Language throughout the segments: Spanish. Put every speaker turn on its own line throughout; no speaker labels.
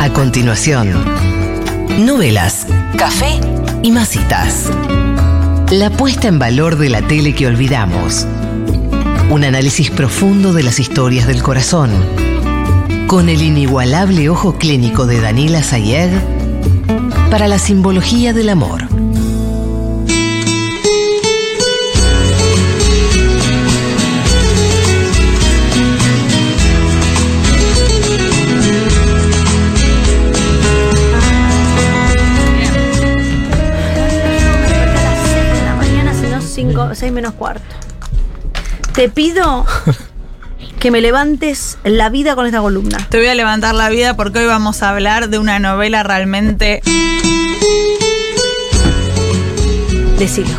A continuación, novelas, café y masitas. La puesta en valor de la tele que olvidamos. Un análisis profundo de las historias del corazón. Con el inigualable ojo clínico de Daniela Sayed para la simbología del amor.
Desperté a las 6 de la mañana, son las 5, 6 menos cuarto. Te pido que me levantes la vida con esta columna.
Te voy a levantar la vida porque hoy vamos a hablar de una novela realmente.
Decilo.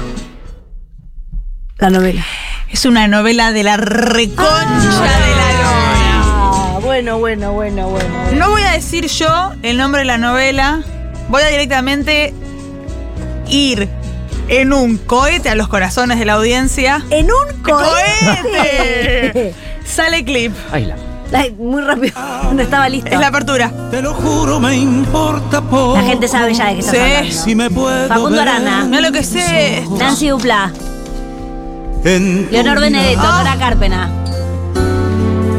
La novela.
Es una novela de la reconcha de la lora.
Ah, bueno, bueno, bueno, bueno. bueno.
No voy a decir yo el nombre de la novela. Voy a directamente ir en un cohete a los corazones de la audiencia.
En un cohete.
¡Cohete! Sale clip.
Ay, muy rápido. No estaba listo.
Es la apertura.
Te lo juro, me importa poco.
La gente sabe ya de qué
Sí.
estás
Si
hablando.
me puedo
Facundo
ver
Arana.
Mira lo que sé.
Nancy Dupla.
en tu
Leonor Benedetto.
Ah.
Nora Carpena.
vida,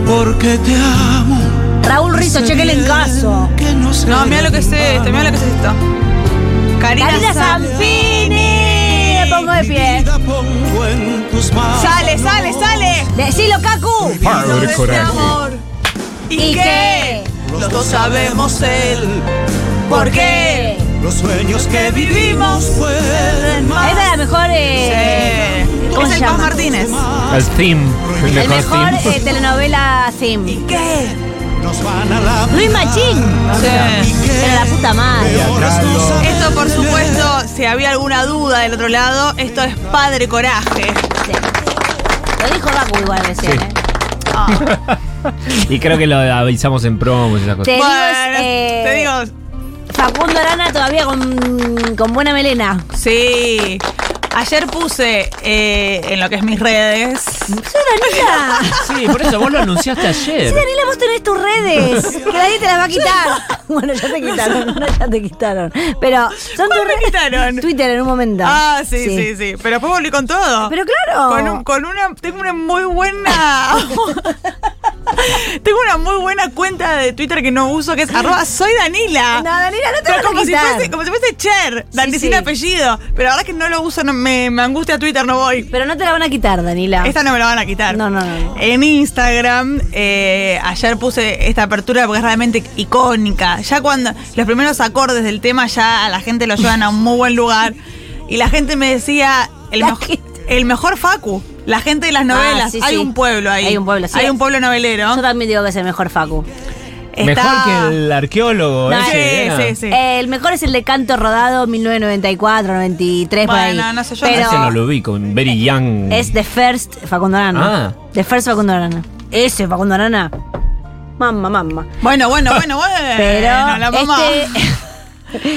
Porque te amo.
Raúl Rizzo.
Sé
Chequen el
bien
caso.
que
No, mira lo que
sé.
sé esto, mira lo que sé esto. Karina
Karina Zampini. Me pongo de
Mi
pie.
vida pongo en tus manos.
Sale, sale, sale.
Decilo, Kaku.
Todo ese amor.
¿Y qué?
Los dos sabemos él.
¿Por qué?
Los sueños que vivimos fueron
Esa
más.
es la mejor. eh, ¿cómo
Es
se
el Paz
llama?
Martínez.
Ah, El theme. El
El
mejor,
mejor
theme.
eh, telenovela Sim.
¿Qué?
Nos van a la.
Luis Machín.
Sí.
Pero la puta madre.
Esto, por supuesto, si había alguna duda del otro lado, esto es Padre Coraje.
Sí. Lo dijo Baku igual recién. eh.
Y creo que lo avisamos en promos y esas
Te
cosas.
digo,
Bueno,
eh,
te digo,
Facundo Arana todavía con, con buena melena.
sí. Ayer puse eh, en lo que es mis redes.
Soy Daniela.
Sí, por eso vos lo anunciaste ayer.
Sí, Daniela, vos tenés tus redes. Que nadie te las va a quitar. Bueno, ya te quitaron. No, ya te quitaron. Pero son tus
te
redes.
quitaron?
Twitter en un momento.
Ah, sí, sí, sí, Pero después volví con todo.
Pero claro.
Con, un- con una. Tengo una muy buena. tengo una muy buena cuenta de Twitter que no uso, que es arroba soy Danila.
No, Daniela, no te
Pero
vas a
como si,
quitar.
fuese, como si fuese Cher, Dan-
Sí,
sin
sí.
apellido. Pero la verdad es que no lo uso, no- me, me angustia Twitter, no voy.
Pero no te la van a quitar, Daniela.
Esta no me la van a quitar.
No, no, no, no.
En Instagram, eh, ayer puse esta apertura porque es realmente icónica. Ya cuando los primeros acordes del tema ya a la gente lo llevan a un muy buen lugar. Y la gente me decía, el,
La
mej-
gente. Ah,
el mejor Facu, la gente de las novelas.
sí,
Hay
sí.
un pueblo ahí.
Hay un pueblo, sí.
Hay un pueblo novelero.
Yo también digo que es el mejor Facu.
Está-
Mejor que el arqueólogo.
Dale.
ese,
Sí,
era.
sí, sí.
El mejor es el de Canto Rodado 1994, 93, por ahí.
Bueno, no sé, yo no
A
Pero
Ah, Ese no lo ubico, un Very Young.
es The First Facundo Arana.
Ah.
The First Facundo Arana. Ese Facundo Arana. Mamma, mamma.
Bueno, bueno, bueno, bueno.
Pero
Eh, la mamá.
este,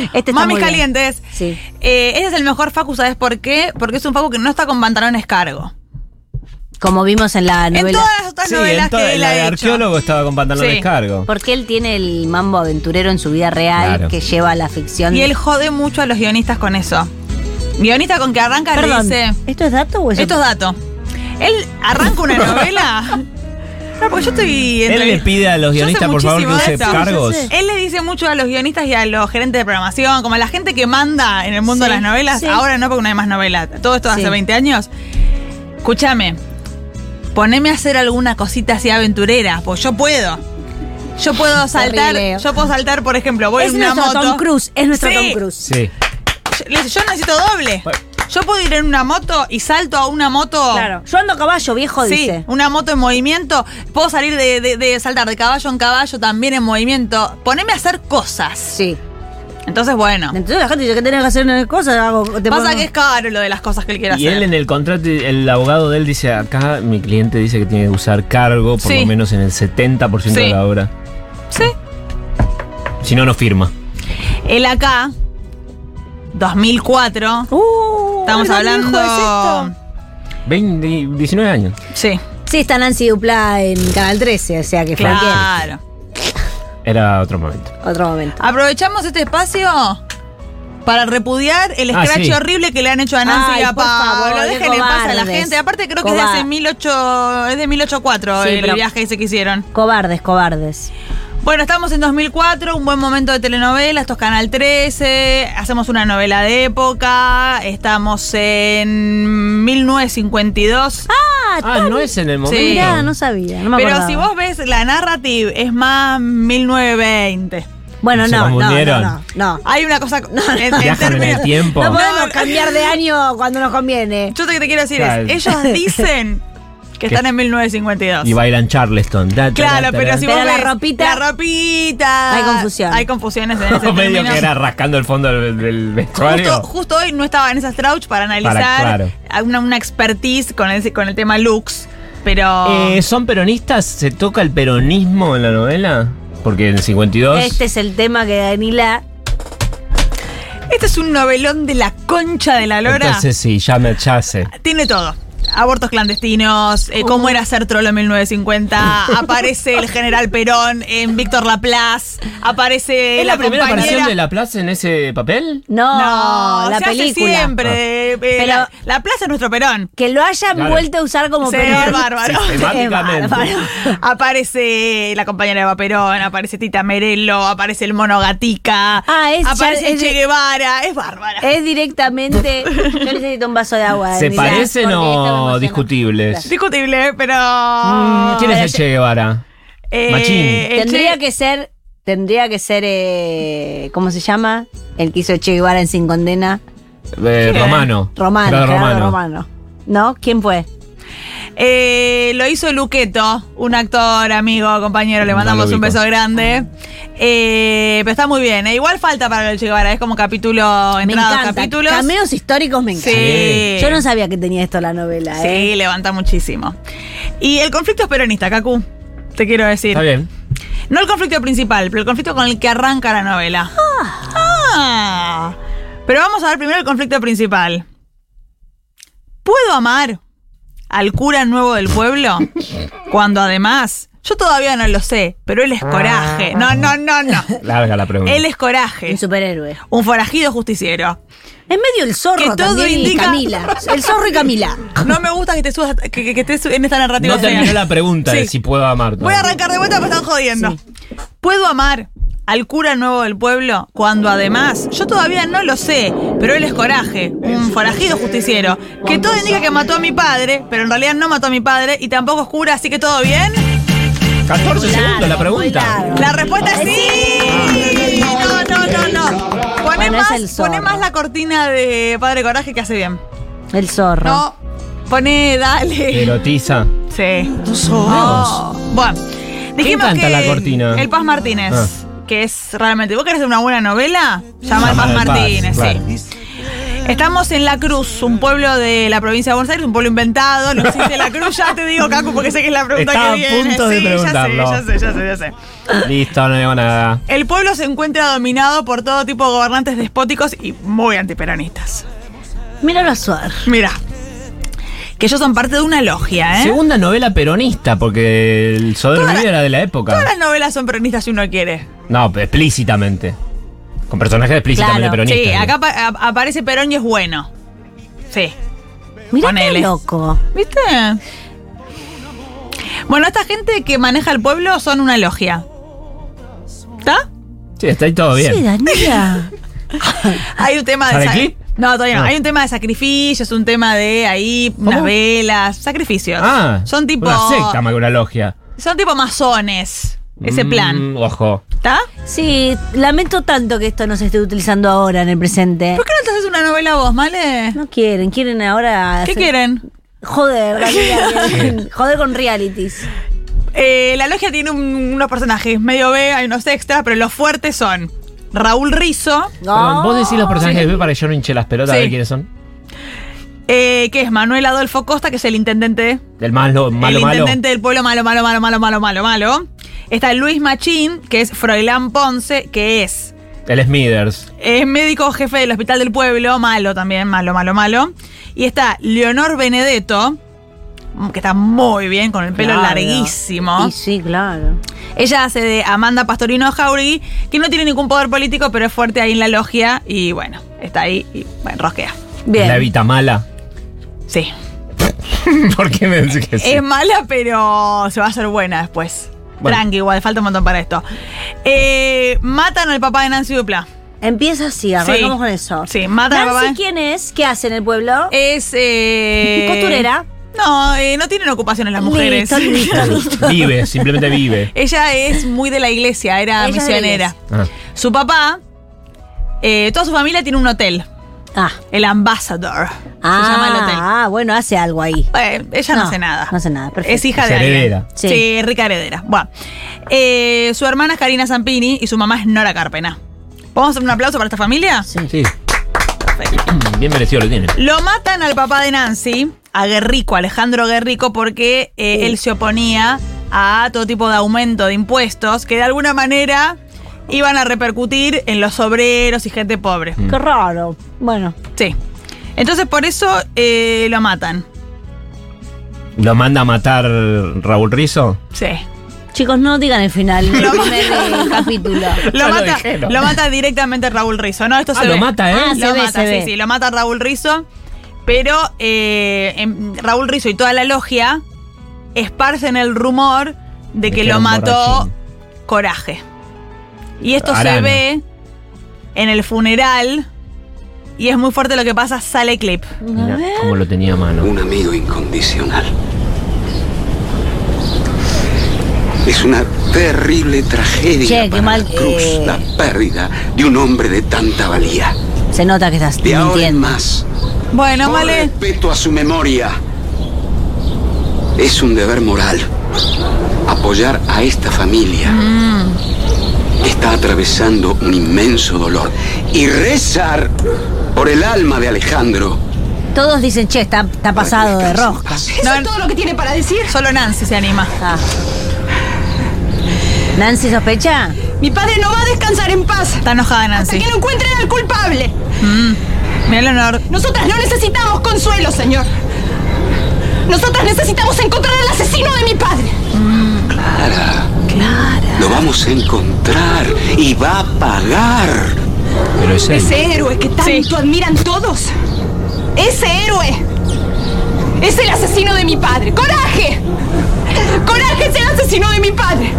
este está
Mamis
muy bien.
calientes.
Sí.
Eh, ese es el mejor Facu, ¿sabes por qué? Porque es un Facu que no está con pantalones cargo.
Como vimos en la
En
novela.
todas las otras
Sí,
novelas
en to-
que él
la de
ha hecho.
arqueólogo estaba con pantalón
Sí.
de cargo.
Porque él tiene el mambo aventurero en su vida real
Claro.
que lleva a la ficción.
Y él jode mucho a los guionistas con eso. Guionista con que arranca le
Perdón,
dice.
¿esto es dato
Pues
o es
Esto es dato. Él arranca una novela. No, porque yo estoy.
Él le
entrevist-
pide a los
Yo sé
guionistas, por favor, que
muchísimo de
use
esto.
cargos.
Yo sé.
Él le dice mucho a los guionistas y a los gerentes de programación, como a la gente que manda en el mundo
Sí,
de las novelas.
sí.
Ahora no, porque no hay más novelas. Todo esto de
Sí.
hace 20 años. Escúchame, poneme a hacer alguna cosita así aventurera, pues yo puedo. Yo puedo saltar,
Terrible.
yo puedo saltar, por ejemplo, voy
Es
en una
nuestro
moto.
Tom Cruise, es nuestro
Sí.
Tom Cruise.
Sí.
Yo, le dice, yo necesito doble.
Bueno.
Yo puedo ir en una moto y salto a una moto.
Claro. Yo ando a caballo, viejo,
Sí,
dice.
una moto en movimiento. Puedo salir de, de- de saltar de caballo en caballo también en movimiento. Poneme a hacer cosas.
Sí.
Entonces, bueno.
Entonces la gente dice que tenés que hacer una cosa, hago, te
Pasa
pongo-
que es caro lo de las cosas que él quiere
Y
hacer.
él en el contrato, el abogado de él dice, acá mi cliente dice que tiene que usar cargo por
Sí.
lo menos en el 70% de
Sí.
la obra.
Sí.
Si no, no firma.
Él acá, 2004.
Uh,
estamos
¿qué tan
hablando.
viejo es esto?
20, 19 años.
Sí,
Sí, está Nancy Dupla en Canal 13, o sea que fue
claro.
Era otro momento.
Otro momento.
Aprovechamos este espacio para repudiar el
Ah,
scratch
sí.
horrible que le han hecho a Nancy
Ay,
y a
por
Pablo.
favor, qué
Déjenle paz a la
cobardes.
gente. Aparte creo que es de
Cobar-
hace 18, es de 1804
Sí,
el
pero-
viaje ese que hicieron.
Cobardes, cobardes.
Bueno, estamos en 2004, un buen momento de telenovela, esto es Canal 13, hacemos una novela de época, estamos en 1952.
Ah, no es en el momento.
Mirá, no sabía, no me
pero
acordaba.
si vos ves la narrativa es más 1920.
Bueno,
Se
no, no, no,
confundieron.
no, no.
Hay una cosa en, en
Viajan en el
términos-
tiempo.
No podemos
No.
cambiar de año cuando nos conviene.
Yo lo que te quiero decir
Claro.
es, ellos dicen que están en 1952.
Y bailan Charleston. Da, ta,
Claro,
ta,
pero
ta.
si
Pero
vos
la
ves
ropita-
La ropita.
Hay confusión.
Hay confusiones en ese
Medio
término.
que era rascando el fondo del, del vestuario.
Justo, justo hoy no estaba en esa Strauch para analizar
claro.
a una, una expertise con el, con el tema looks, pero
Eh, ¿Son peronistas? ¿Se toca el peronismo en la novela? Porque en el 52...
Este es el tema que Danila.
este es un novelón de la concha de la lora.
Entonces sí, ya me hace.
Tiene todo. Abortos clandestinos, eh,
Uh.
cómo era ser trolo en 1950, aparece el general Perón en Víctor Laplace, aparece
¿Es la, primera
compañera-
aparición de Laplace en ese papel?
No, la
se hace
película.
siempre. eh,
Pero-
la, la plaza es nuestro Perón.
Que lo hayan
Claro.
vuelto a usar como
Sí,
perón.
bárbaro.
Sistemáticamente.
Es bárbaro.
aparece la compañera de Perón, aparece Tita Merelo, aparece el mono Gatica,
Ah, es-
aparece
ya- es- Eh,
Che Guevara, es bárbara.
Es directamente. Yo necesito un vaso de agua.
¿Se
Danila, porque
parecen
esto me
o
emociona.
discutibles?
Discutible, pero...
Mm, ¿Quién es el Che Guevara?
eh,
Machín.
el
Tendría
Che-
que ser. Tendría que ser. eh, ¿Cómo se llama? El que hizo Che Guevara en Sin Condena.
Eh, Romano.
Romano.
Gerardo
Gerardo
Romano.
Romano. ¿No? ¿Quién fue?
Eh, lo hizo Luqueto, un actor, amigo, compañero, le
No
mandamos
lo pues. Ah.
un
ubico.
beso grande. Eh, pero está muy bien, eh, igual falta para el Che Guevara, es como capítulo,
Me
entrada,
encanta.
capítulos.
Cameos históricos me encantan.
Sí.
Yo no sabía que tenía esto la novela. ¿eh?
Sí, levanta muchísimo. Y el conflicto es peronista, Cacu, te quiero decir.
Está bien.
No el conflicto principal, pero el conflicto con el que arranca la novela. Ah. Pero vamos a ver primero el conflicto principal. ¿Puedo amar al cura nuevo del pueblo? Cuando además, yo todavía no lo sé, pero él es coraje. No, no, no, no.
Larga la pregunta.
Él es coraje.
Un superhéroe.
Un forajido justiciero.
Es medio el zorro
Que todo
también y
indica-
Camila. El zorro y Camila.
No me gusta que te subas, que, que- que estés en esta narrativa.
no terminó
fea.
la pregunta de
Sí.
si puedo amar.
Voy a arrancar de vuelta, me están jodiendo. ¿Puedo amar al cura nuevo del pueblo cuando además, yo todavía no lo sé, pero él es coraje, un forajido justiciero, que todo indica que mató a mi padre, pero en realidad no mató a mi padre y tampoco es cura, así que todo bien?
14
Muy
segundos la
largo, muy
pregunta.
largo.
La respuesta es sí. No, no, no, no. Poné,
Bueno, es el
más,
zorro.
poné más la cortina de Padre Coraje que hace bien.
El zorro.
No, poné, dale.
Erotiza.
Sí.
Vamos.
Oh, Bueno, dijimos
encanta
que
la cortina.
El Paz Martínez,
Ah.
que es realmente. ¿Vos querés hacer una buena novela? Llama al
Llama
Paz
al Paz,
Martínez,
claro.
sí. Estamos en La Cruz, un pueblo de la provincia de Buenos Aires, un pueblo inventado, no existe La Cruz, ya te digo, Cacu, porque sé que es la pregunta
Estaba
que
a
viene.
punto de
sí,
preguntarlo.
Ya sé, ya sé, ya sé, ya sé.
Listo, no digo nada.
El pueblo se encuentra dominado por todo tipo de gobernantes despóticos y muy antiperonistas.
Míralo a Suar.
Mira, que ellos son parte de una logia, ¿eh?
Segunda novela peronista, porque el Sodero
Toda la-
Vive era de la época.
Todas las novelas son peronistas si uno quiere.
No, pero explícitamente. Con personajes explícitamente
Claro.
peronistas.
Sí,
digo.
acá pa- a- aparece Perón y es bueno. Sí.
Mirá qué
Ponele.
loco.
¿Viste? Bueno, esta gente que maneja el pueblo son una logia. ¿Está?
Sí, está ahí todo bien.
Sí, Danila.
Hay un tema de.
¿Para
sa-
aquí?
No, todavía no.
Ah.
Hay un tema de sacrificios, un tema de ahí, unas
¿Cómo?
velas, sacrificios.
ah,
son tipo.
Una secta más que una logia.
Son tipo masones. Ese plan.
Mm, ojo.
¿Está?
Sí, lamento tanto que esto no se esté utilizando ahora en el presente.
¿Por qué no te haces una novela vos, Male?
No quieren, quieren ahora.
¿Qué
hacer-
quieren?
Joder, Danila, quieren- joder con realities.
Eh, la logia tiene un- unos personajes medio B, hay unos extras, pero los fuertes son Raúl Rizo,
Perdón, vos decís los
personajes
personajes de B para que yo no hinche las pelotas a
Sí.
ver quiénes son.
eh, que es Manuel Adolfo Costa, que es el intendente,
Del malo, malo,
el
malo.
intendente del pueblo malo, malo, malo, malo, malo, malo, malo. Está Luis Machín, que es Froilán Ponce, que es,
El Smithers.
es médico jefe del hospital del pueblo, malo también, malo, malo, malo. Y está Leonor Benedetto, que está muy bien, con el pelo
Claro.
larguísimo.
Y sí, claro.
Ella hace de Amanda Pastorino Jauregui, que no tiene ningún poder político, pero es fuerte ahí en la logia y bueno, está ahí y bueno, rosquea.
Bien.
La Evita mala.
Sí.
¿Por qué me decís que sí?
Es mala, pero se va a hacer buena después.
Bueno.
Tranqui, igual, falta un montón para esto. Eh, matan al papá de Nancy Dupla.
Empieza así, arrancamos con eso.
Sí, matan al papá.
Nancy, ¿quién es? ¿Qué hace en el pueblo?
Es. eh,
Costurera.
No, eh, no tienen ocupaciones las mujeres.
Listo, listo, listo.
Vive, simplemente vive.
Ella es muy de la iglesia, era
Ella es de la
misionera.
Ah,
Su papá, eh, toda su familia tiene un hotel,
Ah,
el Ambassador.
ah,
se llama el hotel.
ah, bueno, hace algo ahí.
Bueno, Eh, ella no,
No,
hace nada.
no hace nada, perfecto.
Es hija
Es
de alguien.
heredera.
Sí.
Sí. rica heredera. Bueno. Eh, su hermana es Karina Zampini y su mamá es Nora Carpena. ¿Podemos hacer un aplauso para esta familia?
sí. Bien merecido lo tiene.
Lo matan al papá de Nancy, a Guerrico, Alejandro Guerrico, porque eh, él se oponía a todo tipo de aumento de impuestos que de alguna manera iban a repercutir en los obreros y gente pobre.
Mm.
Qué raro. Bueno,
Sí. Entonces por eso eh, lo matan.
¿Lo manda a matar Raúl Rizo?
Sí.
chicos, no digan el final del
Lo-
primer eh, capítulo.
Lo
lo
mata,
dejé, ¿no?
lo mata directamente Raúl Rizo, ¿no? Esto
Ah,
se
lo
ve.
mata, ¿eh?
Ah, se
lo
ve,
mata,
se
sí,
ve.
sí, lo mata Raúl Rizo. Pero eh, em, Raúl Rizo y toda la logia esparcen el rumor de
Me
que
queda
lo
un
mató
borrachín.
Coraje. Y esto se
Arana.
ve en el funeral. Y es muy fuerte lo que pasa, sale clip.
Mira cómo lo tenía a mano.
Un amigo incondicional. Es una terrible tragedia
Che, qué
para
mal-
la Cruz,
eh.
la pérdida de un hombre de tanta valía.
Se nota que estás
De ahora en
mintiendo.
más,
Bueno,
por
vale.
respeto a su memoria, es un deber moral apoyar a esta familia
Mm.
que está atravesando un inmenso dolor y rezar por el alma de Alejandro.
Todos dicen, che, está, está pasado de
rojo.
rosca.
No, todo lo que tiene para decir? Solo Nancy se anima.
Ah. Nancy sospecha.
Mi padre no va a descansar en paz
Está enojada
hasta
Nancy.
que no encuentren al culpable.
Mira el honor.
Nosotras no necesitamos consuelo, señor. Nosotras necesitamos encontrar al asesino de mi padre.
Clara. Lo vamos a encontrar y va a pagar.
Pero es él.
Ese héroe que tanto admiran todos. Ese héroe es el asesino de mi padre. ¡Coraje! ¡Coraje es el asesino de mi padre!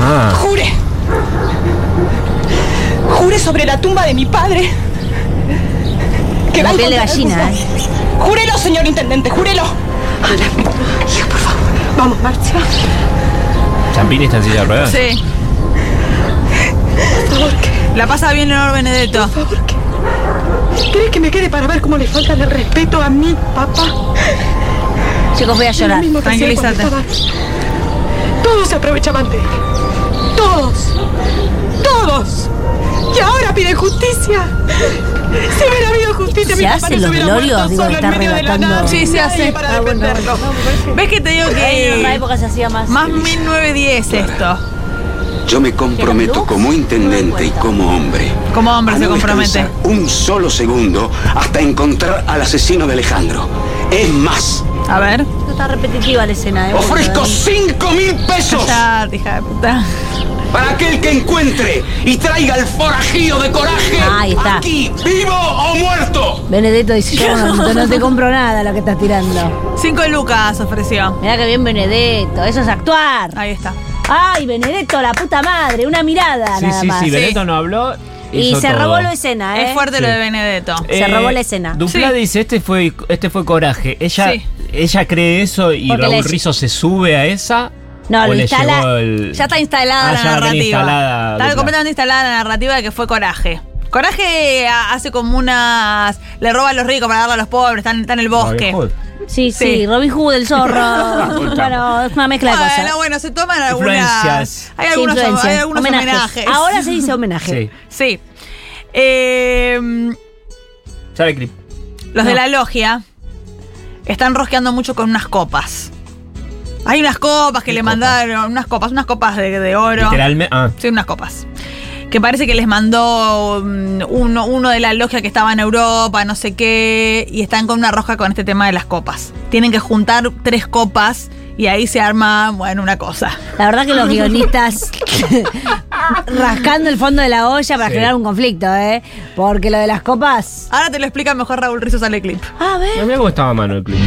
Ah,
Jure. Jure sobre la tumba de mi padre. Que
La
va a
piel de
encontrar el
gallina, ¿eh?
cuerpo. Júrelo, señor intendente, júrelo. Hija, por favor. Vamos, Marcia.
Champini está en silla de ruedas.
Sí.
Por favor, ¿qué?
La pasa bien Leonor Benedetto.
Por favor, ¿qué? ¿Crees que me quede para ver cómo le falta el respeto a mi papá?
Chicos, voy a
Es lo
llorar.
mismo que hacía cuando
Tranquilízate.
estaba- Todos se aprovechaban de él. Todos. Todos. Y ahora piden justicia. Si hubiera habido justicia,
¿Se
mi papá
hacen
no
los
hubiera
glorios?
muerto
Digo,
solo en
está
medio de la
relatando- Ah,
nada.
Sí, se
Nadie
hace. Ah,
para defenderlo.
¿Ves que te digo
En otra
que
época se hacía más.
más 1910 esto?
Yo me comprometo como intendente y como hombre.
Como hombre
a
se
no
compromete.
descansar Un solo segundo hasta encontrar al asesino de Alejandro. Es más,
A ver.
Está repetitiva la escena. ¿eh?
ofrezco cinco mil pesos
Callate, hija de puta.
para aquel que encuentre y traiga al forajido de coraje
Ahí está.
aquí, vivo o muerto.
Benedetto dice, yo no, no te compro nada lo que estás tirando.
Cinco lucas ofreció.
Mirá que bien Benedetto, eso es actuar.
Ahí está.
Ay, Benedetto, la puta madre, una mirada
Sí,
nada
sí,
más.
sí, Benedetto
Sí.
no habló.
y
hizo
se
todo.
robó la escena, ¿eh?
Es fuerte lo
Sí.
de Benedetto.
Se robó la escena.
Dupla
Sí.
dice, este fue, este fue coraje. Ella,
Sí.
ella cree eso y
Porque
Raúl
le-
Rizo se sube a esa.
No,
o
lo
le
instala-
llegó el-
Ya está instalada
Ah,
la
ya la
narrativa.
tiene instalada,
está
Dupla.
completamente instalada la narrativa de que fue coraje. Coraje ah, hace como unas. Le roba a los ricos para darle a los pobres, está, en- está en el bosque.
Robin Hood.
Sí, sí,
Sí.
Robin Hood, el zorro. bueno, es una mezcla de
Bueno,
cosas.
bueno, se toman algunas.
Influencias.
Hay algunos,
Sí, influencias,
hay algunos homenajes.
Ahora se dice homenaje.
Sí.
Sí. Eh,
Sale clip.
Los de la logia están rosqueando mucho con unas copas. Hay unas copas que
¿Qué
le
copas?
mandaron, unas copas, unas copas de, de oro.
Literalmente. Ah,
Sí, unas copas. que parece que les mandó mm, uno, uno de la logia que estaba en Europa, no sé qué, y están con una roja con este tema de las copas. Tienen que juntar tres copas y ahí se arma, bueno, una cosa.
La verdad que los guionistas rascando el fondo de la olla para generar un conflicto, ¿eh? Porque lo de las copas.
Ahora te lo explica mejor Raúl Rizzo, sale clip.
A ver.
No, mirá cómo estaba a mano el clip.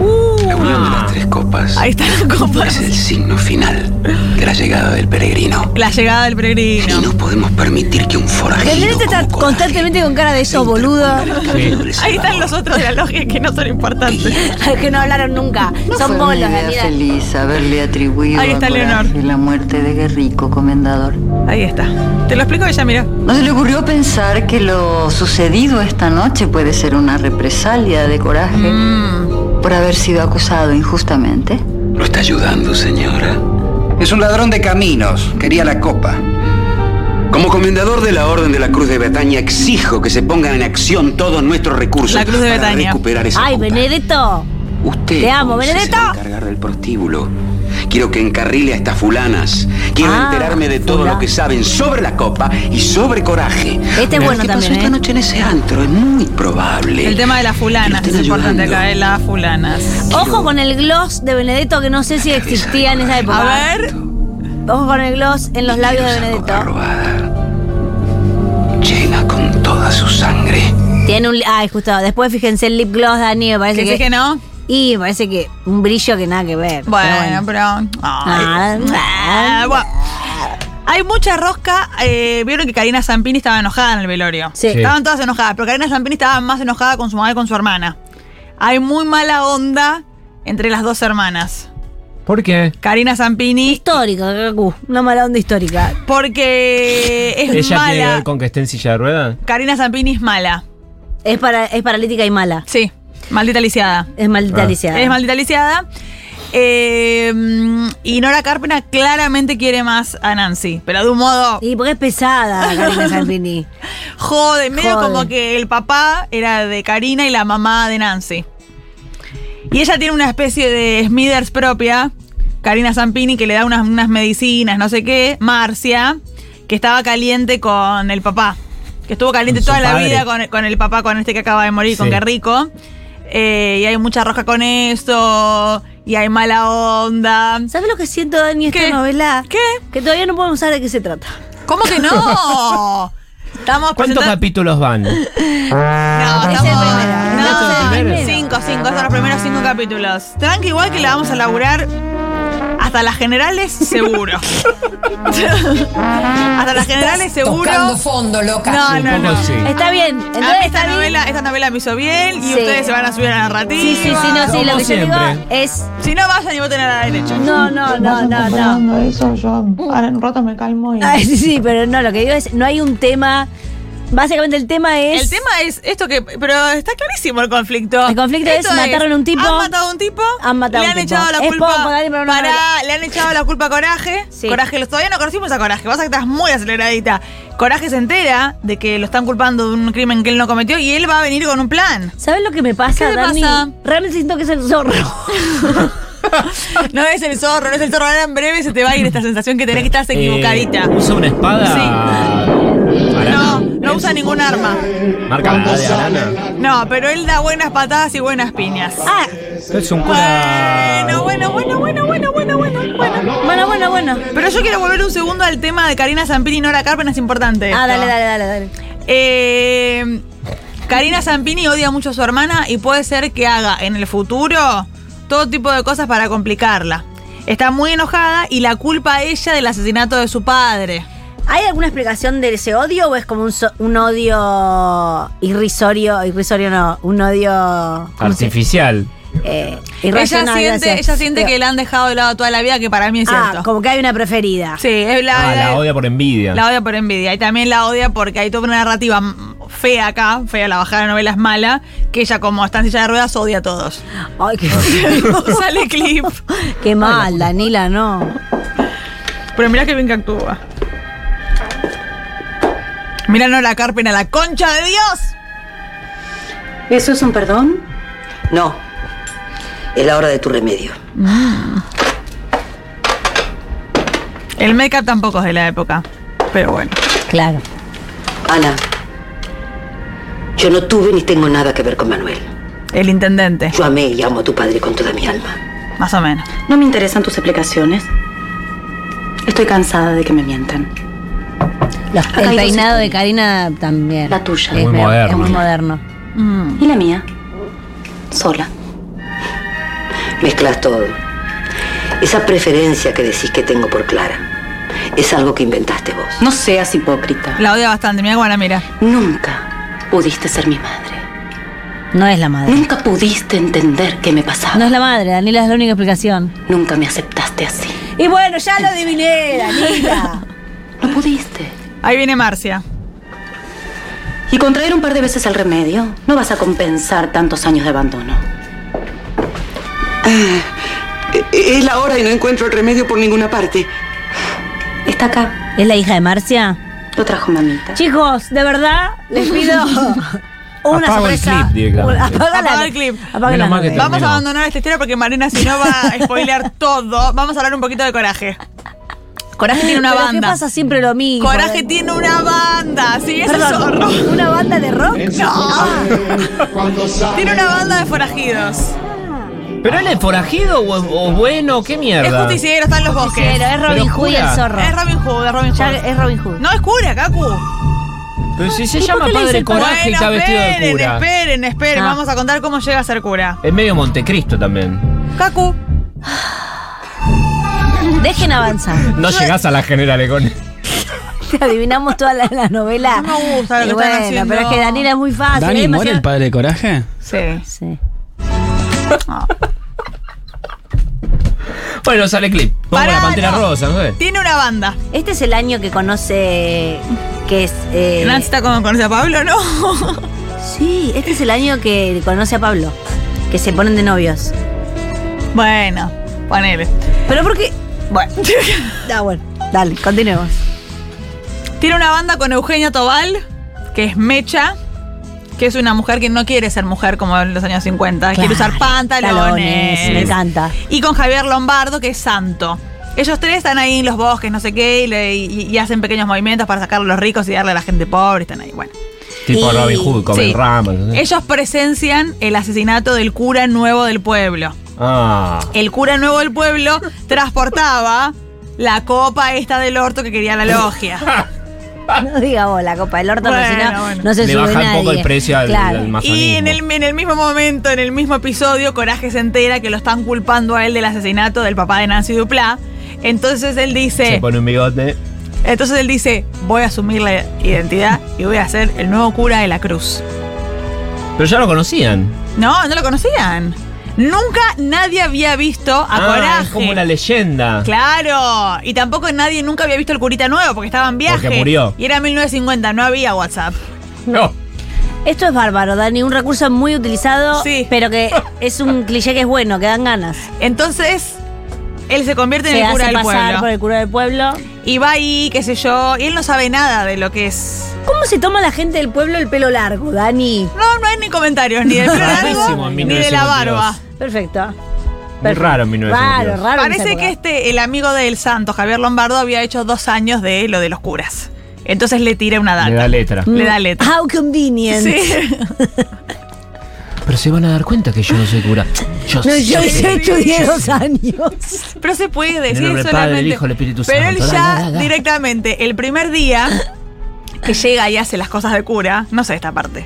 Uh.
La unión de las tres copas
Ahí está la copa.
es el signo final de la llegada del peregrino.
La llegada del
Y
peregrino.
no podemos permitir que un forajido.
Gabriel está
como Coraje
constantemente con cara de
se
eso, boludo.
interponga en el camino del
Ahí están
Salvador.
los otros de la logia que no son importantes.
que no hablaron nunca. Son
Fue una
bolos,
idea
Daniela.
feliz haberle atribuido
Ahí está
a
Leonor.
Coraje la muerte de Guerrico, comendador.
Ahí está. Te lo explico ella, mira.
¿No se le ocurrió pensar que lo sucedido esta noche puede ser una represalia de Coraje
Mm.
por haber sido acusado injustamente?
Lo está ayudando, señora.
Es un ladrón de caminos. Quería la copa.
Como comendador de la Orden de la Cruz de Bretaña, exijo que se pongan en acción todos nuestros recursos
La Cruz de
para
Bretaña.
recuperar esa
Ay,
copa.
Benedetto.
Usted
Te amo,
Dulce,
Benedetto.
se va a encargar del prostíbulo. Quiero que encarrile a estas fulanas. Quiero
Ah,
enterarme de todo
fula.
lo que saben sobre la copa y sobre coraje.
Este es
Lo
bueno
que
también,
pasó esta
¿eh?
noche en ese antro es muy probable.
El tema de las fulanas
Que
es
lo estén
importante
ayudando.
acá, ¿eh? de las fulanas.
Ojo con el gloss de Benedetto que no sé si existía en esa época.
A ver,
Ojo con el gloss en los labios de
Esa copa
Benedetto.
robada. Llena con toda su sangre.
Tiene un. Ay, justo. Después fíjense el lip gloss, Dani. Me parece
que sí
que.
que no.
Y me parece que un brillo que nada que ver.
Bueno, pero. ay.
Ah,
Ah, bueno. Hay mucha rosca. eh, Vieron que Karina Zampini estaba enojada en el velorio.
Sí. Sí.
Estaban todas enojadas, pero Karina Zampini estaba más enojada con su madre y con su hermana. Hay muy mala onda entre las dos hermanas.
¿Por qué?
Karina Zampini,
Histórico, Kaku. Una mala onda histórica.
porque es
¿Ella tiene que
mala. Pues
ver con que esté en silla de ruedas?
Karina Zampini es mala.
Es, para, es paralítica y mala.
Sí, maldita lisiada.
Es maldita
Ah.
Alicia.
Es maldita lisiada. Eh, y Nora Carpena claramente quiere más a Nancy, pero de un modo
Y porque es pesada, Karina Zampini.
Jode, medio
Jode.
como que el papá era de Karina y la mamá de Nancy. Y ella tiene una especie de Smithers propia, Karina Zampini, que le da unas, unas medicinas, no sé qué, Marcia, que estaba caliente con el papá. Que estuvo caliente
Con su
toda la
padre.
vida con, con el papá, con este que acaba de morir, con
Sí.
qué rico. y hay mucha roja con eso, y hay mala onda.
¿Sabes lo que siento, Dani, esta
¿Qué?
novela?
¿Qué?
Que todavía no podemos saber de qué se trata.
¿Cómo que no? Estamos
¿Cuántos
presentando-
capítulos van?
No,
Ah, Es el
estamos-
primero.
no,
¿Estos son los primeros?
cinco, cinco,
Ah.
son los primeros cinco capítulos. Tranqui, igual que la vamos a laburar hasta las generales, seguro. hasta las generales, seguro.
fondo, loca.
Ah, No,
Un
no,
poco
no.
sí.
Está bien. Entonces, está
A mí Ah, esta
bien.
novela, esta novela me hizo bien y
Sí.
ustedes se van a subir a la narrativa.
Sí, sí, sí, no, sí. Lo
Como
que yo digo
siempre.
es.
Si no vayan y voten a la derecha.
No, no, no, no, no.
Hablando de eso, yo ahora en un rato me calmo y.
Ay, sí, sí, pero no, lo que digo es, no hay un tema. Básicamente el tema es.
El tema es esto que. Pero está clarísimo el conflicto.
El conflicto es, mataron a un tipo.
Han matado a un tipo.
Han matado
le
a
han
un tipo.
echado la
Es
culpa.
poco, dale, pero no,
pará, le han echado la culpa a Coraje.
Sí.
Coraje, los- todavía no conocimos a Coraje. Vas a que estás muy aceleradita. Coraje se entera de que lo están culpando de un crimen que él no cometió y él va a venir con un plan.
¿Sabes lo que me pasa,
¿Qué te
Dani?
pasa?
Realmente siento que es el zorro.
No es el zorro, no es el zorro. Ahora en breve se te va a ir esta sensación que tenés que estás equivocadita.
Eh, ¿Usa una espada?
no, no usa ningún arma.
Marca la A de Arana.
No, pero él da buenas patadas y buenas piñas.
Ah,
Es un cura.
Bueno, bueno, bueno, bueno, bueno, bueno, bueno, bueno.
bueno, bueno, bueno. Ah,
Pero yo quiero volver un segundo al tema de Karina Zampini y Nora Carpen, es importante.
Ah,
esto.
dale, dale, dale, dale.
Eh, Karina Zampini odia mucho a su hermana y puede ser que haga en el futuro todo tipo de cosas para complicarla. Está muy enojada y la culpa a ella del asesinato de su padre.
¿Hay alguna explicación de ese odio o es como un, so- un odio irrisorio? Irrisorio no, un odio. ¿cómo se-
Artificial.
eh,
Ella
irracional,
siente,
gracias.
ella siente
Pero-
que la han dejado de lado toda la vida, que para mí es
Ah,
cierto.
como que hay una preferida.
Sí, es la,
Ah, la odia por envidia.
La odia por envidia. Y también la odia porque hay toda una narrativa mm, fea acá, fea, la bajada de la novela es mala, que ella como está en silla de ruedas odia a todos.
Ay, qué,
Sale clip.
qué mal, Danila, no.
Pero mirá que bien que actúa. Mirá no la carpena, la concha de Dios.
¿Eso es un perdón?
No, es la hora de tu remedio.
El make-up tampoco es de la época. Pero bueno.
Claro.
Ana, yo no tuve ni tengo nada que ver con Manuel.
El intendente.
Yo amé y amo a tu padre con toda mi alma.
Más o menos.
No me interesan tus explicaciones. Estoy cansada de que me mientan.
Los-
Acá hay
el
dos
peinado de
historias.
Karina también.
La tuya.
Es
Muy
medio-
moderno.
Es muy moderno.
Mm.
¿Y la mía? Sola.
Mezclas todo. Esa preferencia que decís que tengo por Clara es algo que inventaste vos.
No seas hipócrita.
La odia bastante, mira cómo la mira.
Nunca pudiste ser mi madre.
No es la madre.
Nunca pudiste entender qué me pasaba.
No es la madre, Daniela es la única explicación.
Nunca me aceptaste así.
Y bueno, ya lo adiviné, Daniela.
No pudiste.
Ahí viene Marcia.
Y contraer un par de veces el remedio no vas a compensar tantos años de abandono.
E, Es la hora y no encuentro el remedio por ninguna parte.
Está acá.
¿Es la hija de Marcia?
Lo trajo mamita.
Chicos, de verdad, les pido una
Apago el
sorpresa.
clip directamente.
Una- apaga la-
Apaga el clip.
apaga la
Menos mal que
nube.
terminó.
Vamos a abandonar esta historia porque Marina, si no, va a spoilear todo. Vamos a hablar un poquito de Coraje. Coraje tiene una
Pero ¿Qué
banda.
pasa siempre lo mismo?
Coraje tiene una banda. Sí, es el
Perdón, Ah.
zorro.
¿Una banda de rock?
Tiene una banda de forajidos.
¿Pero él es forajido o, es- o bueno? ¿Qué
Es
mierda?
justiciero, está en los bosques.
Pero es Robin
Pero
Hood y el
jura.
zorro.
Es Robin Hood, es Robin Hood.
Ya es Robin Hood.
No es cura, Kaku.
Pero si se
¿Y por
llama
qué le
Padre
dicen
Coraje y está vestido de
esperen,
cura.
esperen, esperen.
Ah.
Vamos a contar cómo llega a ser cura.
Es medio Montecristo también.
Kaku.
Dejen avanzar.
No llegás a la general Econ.
Te adivinamos toda la, la novela.
No me gusta lo
Y
que están
bueno,
haciendo.
pero es que Daniela es muy fácil.
¿Dani
es
muere
demasiado-
el padre de coraje?
Sí.
Sí.
Bueno, sale clip. Vamos
Pará,
la pantera
no.
rosa, ¿no ves?
Tiene una banda.
Este es el año que conoce que es eh,
Nancy está con, conoce a Pablo, ¿no?
sí, este es el año que conoce a Pablo, que se ponen de novios.
bueno, ponele.
Pero porque
Bueno.
da Ah, bueno, dale, continuemos.
Tiene una banda con Eugenia Tobal, que es Mecha, que es una mujer que no quiere ser mujer como en los años 50, quiere usar
Claro,
pantalones.
Me encanta.
Y con Javier Lombardo, que es santo. Ellos tres están ahí en los bosques, no sé qué, y, le- y- y hacen pequeños movimientos para sacar a los ricos y darle a la gente pobre, están ahí, bueno.
Tipo
Y-
Robin Hood, comen
sí.
ramas. ¿no?
Ellos presencian el asesinato del cura nuevo del pueblo.
Ah.
El cura nuevo del pueblo transportaba la copa esta del orto que quería la logia.
No diga vos la copa del orto, porque
Bueno,
si no,
bueno.
no se
Le
sube
baja un poco
nadie.
el precio al,
Claro.
al masonismo.
Y en el, en el mismo momento, en el mismo episodio, Coraje se entera que lo están culpando a él del asesinato del papá de Nancy Duplá. Entonces él
Se
dice,
pone un bigote.
entonces él dice, voy a asumir la identidad y voy a ser el nuevo cura de la cruz.
Pero ya lo conocían.
No, no lo conocían. Nunca nadie había visto a
Ah,
Coraje.
Es como una leyenda.
Claro, y tampoco nadie nunca había visto el curita nuevo porque estaba en viaje.
Porque murió.
Y era 1950, no había WhatsApp.
No.
Esto es bárbaro, Dani, un recurso muy utilizado,
Sí.
pero que es un cliché que es bueno, que dan ganas.
Entonces, él se convierte en
Se
el cura
hace
del
pasar
pueblo.
por el cura del pueblo.
Y va ahí, qué sé yo, y él no sabe nada de lo que es.
¿Cómo se toma la gente del pueblo el pelo largo, Dani?
No, no hay ni comentarios, ni del pelo largo,
Rarísimo en
ni de la
1952.
barba.
Perfecto.
Muy
Perfecto.
raro en 1952.
Raro, raro. en esa
Parece
época.
que este, el amigo del santo, Javier Lombardo, había hecho dos años de lo de los curas. Entonces le tira una data.
Le da letra.
Mm.
Le da letra.
How convenient.
Sí.
Pero se van a dar cuenta que yo no soy cura. Yo
No,
sé.
yo ya estudié dos años.
Pero se puede decir
nombre del
solamente.
Padre, del Hijo, del Espíritu
pero
Santo.
él
Da,
ya
da, da.
directamente, el primer día que llega y hace las cosas de cura, no sé esta parte.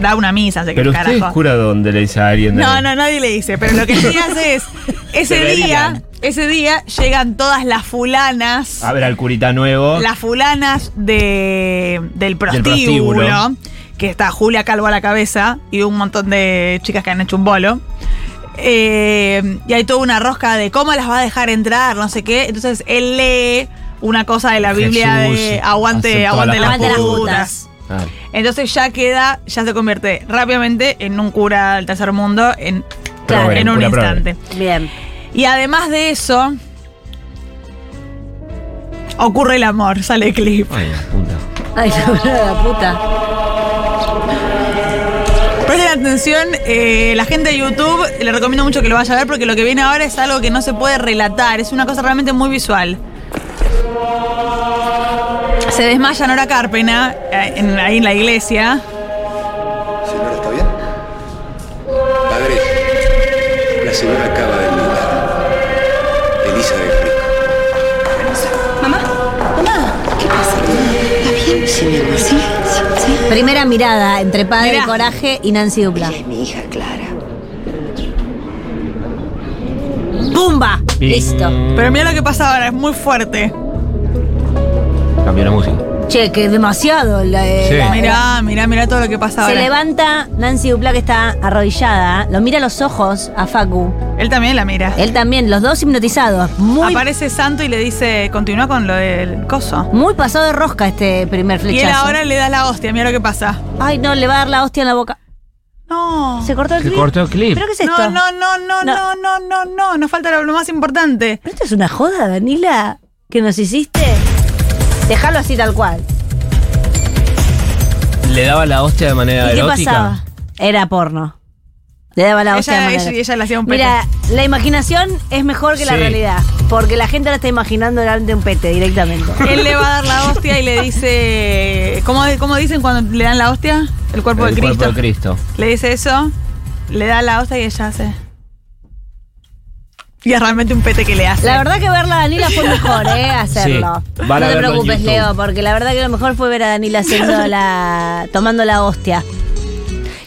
Da una misa, se que
Pero usted
carajo.
es cura donde le dice a alguien.
No, no, nadie le dice, pero lo que sí hace es, ese día,
Deberían.
ese día llegan todas las fulanas,
A ver al curita nuevo.
las fulanas de, del prostíbulo,
prostíbulo.
que está Julia Calvo a la cabeza y un montón de chicas que han hecho un bolo. Eh, y hay toda una rosca de cómo las va a dejar entrar, no sé qué. Entonces él lee una cosa de la
Jesús,
Biblia de aguante,
aceptó a
aguante
las
putas.
las putas.
Ah,
Entonces ya queda, ya se convierte rápidamente en un cura del tercer mundo en,
Claro.
en un
Cura progre.
instante.
Bien.
Y además de eso, ocurre el amor, sale clip.
Ay, la puta.
Ay, la verdad, la puta.
Presten atención, eh, la gente de YouTube, le recomiendo mucho que lo vaya a ver porque lo que viene ahora es algo que no se puede relatar, es una cosa realmente muy visual. Se desmaya Nora Carpena eh, en- ahí en la iglesia.
Señora, ¿está bien? Padre, la señora acaba de mudar. Elizabeth Rico.
Mamá, mamá, ¿qué pasa?
Está bien, sí, mi amor, sí, sí, sí.
Primera mirada entre Padre
Mirá.
Coraje y Nancy Dupla.
Es mi hija Clara.
¡Pumba!
Bien.
Listo.
Pero mira lo que pasa ahora, es muy fuerte.
Cambió la música.
Che, que es demasiado. La, eh,
Sí.
la-
Mirá, mirá, mirá todo lo que pasa
se
ahora.
levanta Nancy Dupla que está arrodillada, lo mira a los ojos a Facu.
Él también la mira.
Él también, los dos hipnotizados. Muy,
Aparece Santo y le dice, continúa con lo del coso.
muy pasado de rosca este primer
Y
flechazo.
él ahora le da la hostia, mira lo que pasa.
Ay, no, le va a dar la hostia en la boca.
No.
Se cortó el
Se
clip.
cortó el clip.
¿Pero qué es esto?
No, no, no, no, no,
No.
no, no, no. Nos falta lo lo más importante.
¿Pero esto es una joda, Danila? ¿Que nos hiciste? Dejalo así tal cual.
¿Le daba la hostia de manera
¿Y qué
erótica?
pasaba? Era porno. Le daba la hostia de
Ella,
manera
ella, ella le hacía un pete.
Mira, la imaginación es mejor que la
Sí.
realidad, porque la gente la está imaginando delante de un pete directamente.
Él le va a dar la hostia y le dice. ¿Cómo, cómo dicen cuando le dan la hostia? El cuerpo
el
de Cristo.
cuerpo de Cristo.
Le dice eso, le da la hostia y ella hace. Y es realmente un pete que le hace.
La verdad que verla a Danila fue mejor, ¿eh? Hacerlo.
Sí, van a
no te
verlo en
preocupes,
YouTube.
Leo, porque la verdad que lo mejor fue ver a Danila haciendo la, tomando la hostia.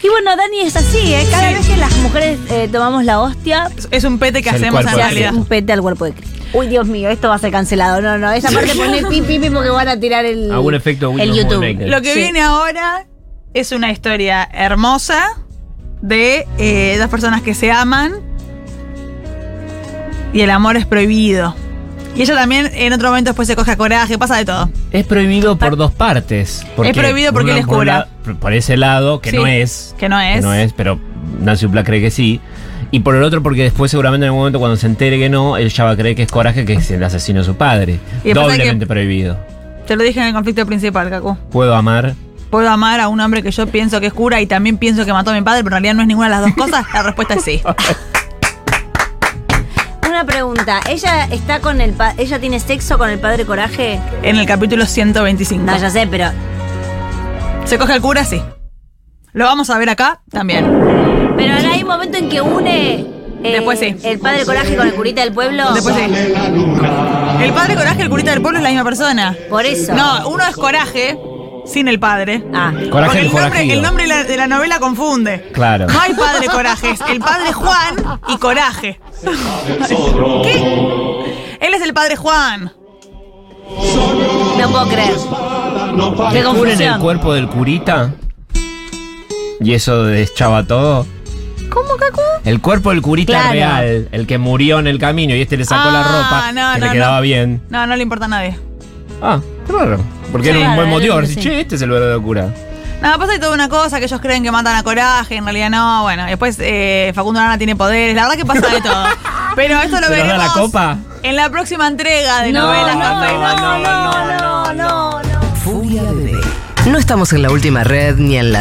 Y bueno, Dani es así, ¿eh? Cada vez que las mujeres eh, tomamos la hostia,
Es un pete que
Es el
hacemos en
cuerpo de
hace
realidad.
un pete al cuerpo de Cristo. Uy, Dios mío, esto va a ser cancelado. No, no, esa parte pone pi, pi, pi, porque van a tirar el,
Algún efecto
el
Windows Movie
YouTube.
Maker.
Lo que
Sí.
viene ahora es una historia hermosa de eh, dos personas que se aman y el amor es prohibido. Y ella también en otro momento después se coge a coraje, pasa de todo.
Es prohibido por dos partes.
Ah. Es prohibido porque
por
él es
por un
cura.
la- Por, ese lado, que
Sí,
no es.
que no es.
no es, pero Nancy Dupla cree que sí. Y por el otro, porque después, seguramente en algún momento, cuando se entere que no, él ya va a creer que es coraje, que es el asesino de su padre.
Y después hay
Doblemente
que-
prohibido.
Te lo dije en el conflicto principal, Cacu.
Puedo amar.
¿Puedo amar a un hombre que yo pienso que es cura y también pienso que mató a mi padre, pero en realidad no es ninguna de las dos cosas? La respuesta es sí.
Una pregunta, ¿ella está con el pa- ella tiene sexo con el padre Coraje?
En el capítulo 125.
No, Ah, ya sé, pero
Se coge al cura, sí. Lo vamos a ver acá también.
pero ahora hay un momento en que une eh,
Después sí.
el padre Coraje con el curita del pueblo.
Después sí. El padre coraje y el curita del pueblo es la misma persona.
Por eso.
No, uno es coraje sin el padre.
Ah.
Coraje
Porque
el
el nombre,
forajido.
el nombre de la, de la novela confunde.
Claro.
No hay padre coraje, es el padre Juan y coraje. ¿Qué? Él es el padre Juan.
No puedo creer. Qué
Descubren el
confusión.
cuerpo del curita. Y eso deschaba todo.
¿Cómo, Cacu?
El cuerpo del curita
Claro.
real, el que murió en el camino y este le sacó la
Ah,
ropa
no,
que
no,
le quedaba
no.
bien.
No, no le importa a nadie.
Ah, qué raro. Porque
Sí,
era un buen
raro,
motivo.
era
decir,
sí.
che, este es el verdadero cura.
Nada, pasa de toda una cosa que ellos creen que matan a coraje, en realidad no. Bueno, después eh, Facundo Arana tiene poderes, la verdad que pasa de todo. Pero esto lo
¿Se nos da
veremos
la copa?
en la próxima entrega de
No,
novelas
no,
Café.
no, no, no, no.
Furia bebé. No estamos en la última red ni en la